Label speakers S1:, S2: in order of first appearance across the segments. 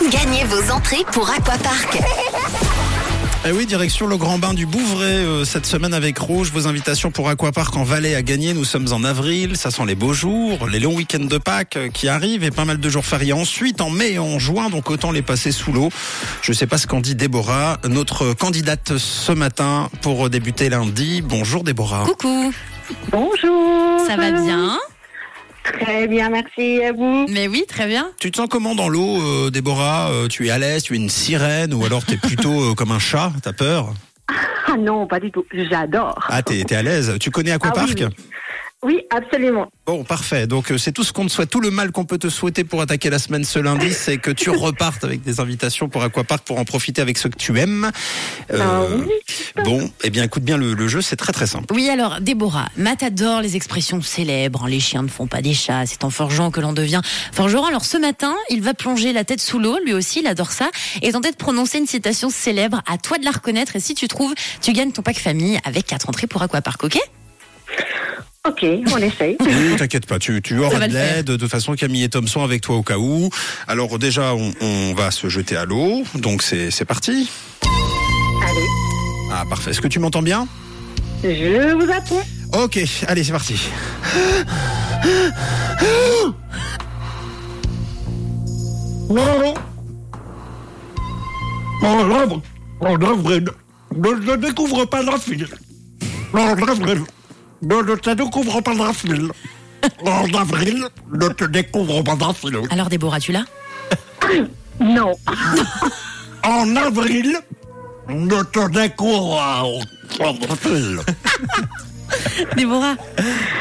S1: Réservez vos entrées pour Aquapark.
S2: Eh oui, direction le Grand Bain du Bouvray euh, cette semaine avec Rouge. Vos invitations pour Aquapark en Valais à gagner. Nous sommes en avril, ça sent les beaux jours, les longs week-ends de Pâques euh, qui arrivent et pas mal de jours fériés ensuite en mai et en juin, donc autant les passer sous l'eau. Je sais pas ce qu'en dit Déborah, notre candidate ce matin pour euh, débuter lundi. Bonjour Déborah.
S3: Coucou,
S4: Bonjour.
S3: ça va bien
S4: Très bien, merci à vous.
S3: Mais oui, très bien.
S2: Tu te sens comment dans l'eau, euh, Déborah Euh, Tu es à l'aise, tu es une sirène ou alors t'es plutôt euh, comme un chat, t'as peur
S4: Ah non, pas du tout. J'adore.
S2: Ah, t'es t'es à l'aise. Tu connais
S4: Ah oui,
S2: Aquapark
S4: oui. Oui, absolument.
S2: Bon, parfait. Donc, euh, c'est tout ce qu'on te souhaite. Tout le mal qu'on peut te souhaiter pour attaquer la semaine ce lundi, c'est que tu repartes avec des invitations pour Aquapark pour en profiter avec ceux que tu aimes.
S3: Ben
S2: Euh,
S4: Ah oui.
S2: Bon, eh bien, écoute bien le, le jeu, c'est très très simple.
S3: Oui, alors, Déborah, Matt adore les expressions célèbres. hein. Les chiens ne font pas des chats, c'est en forgeant que l'on devient forgeron. Alors, ce matin, il va plonger la tête sous l'eau, lui aussi, il adore ça, et tenter de prononcer une citation célèbre. À toi de la reconnaître, et si tu trouves, tu gagnes ton pack famille avec quatre entrées pour Aquapark, ok
S4: Ok, on essaye.
S2: Oui, t'inquiète pas, tu, tu
S3: va
S2: auras de
S3: le faire.
S2: l'aide. De toute façon, Camille et Tom sont avec toi au cas où. Alors, déjà, on, on va se jeter à l'eau. Donc, c'est c'est parti.
S4: Allez,
S2: Ah, parfait. Est-ce que tu m'entends bien
S4: je vous attends.
S2: Ok, allez, c'est parti.
S5: Ne, ne découvre pas la file. En avril, ne, ne te découvre pas la file. En avril, ne te découvre pas la file.
S3: Alors, Déborah, tu l'as
S4: Non.
S5: En avril, ne te découvre pas la file.
S3: Déborah,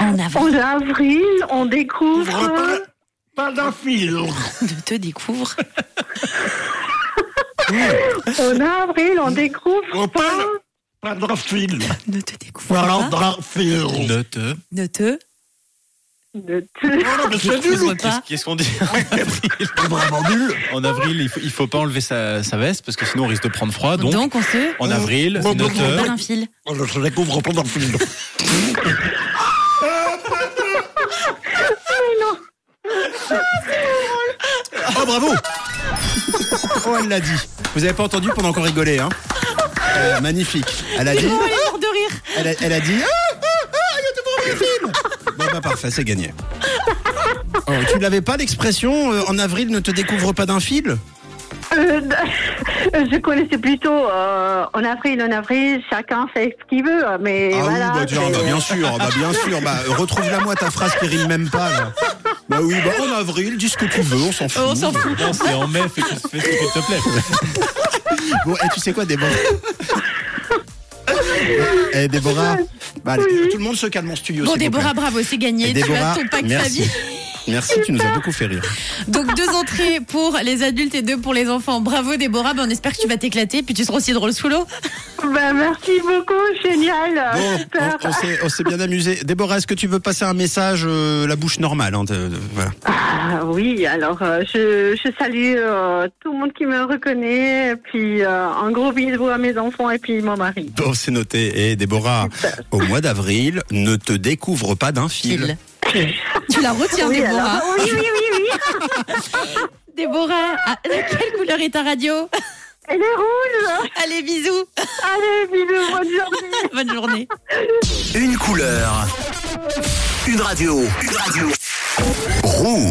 S3: en avant,
S4: En avril, on découvre.
S5: Pas, pas la file.
S3: ne te découvre.
S4: En avril, on découvre.
S5: Pas, pas la file.
S3: Ne te découvre
S5: Pas
S3: pas.
S5: la file.
S2: Ne te.
S3: Ne te
S4: de te-
S5: Non, non, mais c'est nul.
S3: découvre
S5: ou-
S3: pas.
S6: Qu'est-ce qu'on dit
S5: C'est vraiment nul.
S6: En avril, il faut, il faut pas enlever sa, sa veste parce que sinon on risque de prendre froid. Donc,
S3: Donc, on se.
S6: en avril,
S5: Bon, bon,
S6: notre-
S5: bon,
S3: Pas un fil.
S5: Ne te découvre pas la file.
S2: Oh, bravo Oh, elle l'a dit. Vous avez pas entendu pendant qu'on rigolait, hein Euh, Magnifique. Elle a dit.
S3: Oh, elle est morte de rire.
S2: Elle a, elle a dit Ah, ah, ah, il y a tout pour film Bon bah parfait, c'est gagné. Oh, tu l'avais pas l'expression euh, en avril ne te découvre pas d'un fil
S4: Euh, je connaissais plutôt euh, en avril, en avril, chacun fait ce qu'il veut, mais
S2: Ah
S4: voilà.
S2: oui, bah, tiens,
S4: c'est-
S2: bah, bien sûr, bah bien sûr, bah euh, retrouve-la moi ta phrase qui rime même pas là. Bah oui, bah en avril, dis ce que tu veux, on s'en fout.
S3: On s'en fout.
S6: Non, c'est en mai, fais, fais ce qu'il te plaît.
S2: Bon, et tu sais quoi Déborah Eh Déborah, bah, allez, tout le monde se calme en studio.
S3: Bon,
S2: s'il vous plaît.
S3: Déborah, bravo, c'est gagné.
S2: Et
S3: tu as
S2: Déborah,
S3: ton pack
S2: merci.
S3: famille.
S2: Merci, tu nous as beaucoup fait rire.
S3: Donc, deux entrées pour les adultes et deux pour les enfants. Bravo, Déborah. Ben, on espère que tu vas t'éclater. Puis tu seras aussi drôle sous l'eau.
S4: Bah, merci beaucoup, génial.
S2: Bon,
S4: Ah, super.
S2: on, on s'est- on s'est bien amusé. Déborah, est-ce que tu veux passer un message euh, la bouche normale hein, de- de- voilà.
S4: Ah oui, alors euh, je, je salue euh, tout le monde qui me reconnaît, et puis euh, un gros bisou à mes enfants et puis mon mari.
S2: Bon, c'est noté. Et Déborah, au mois d'avril, ne te découvre pas d'un fil.
S3: tu la retiens,
S4: Oui,
S3: Déborah.
S4: alors, oui, oui, oui, oui.
S3: Déborah, ah, de quelle couleur est ta radio
S4: Elle est rouge.
S3: Allez, bisous.
S4: Allez, bisous, bonne journée.
S3: Bonne journée.
S7: Une couleur. Une radio. Une radio. Rouge.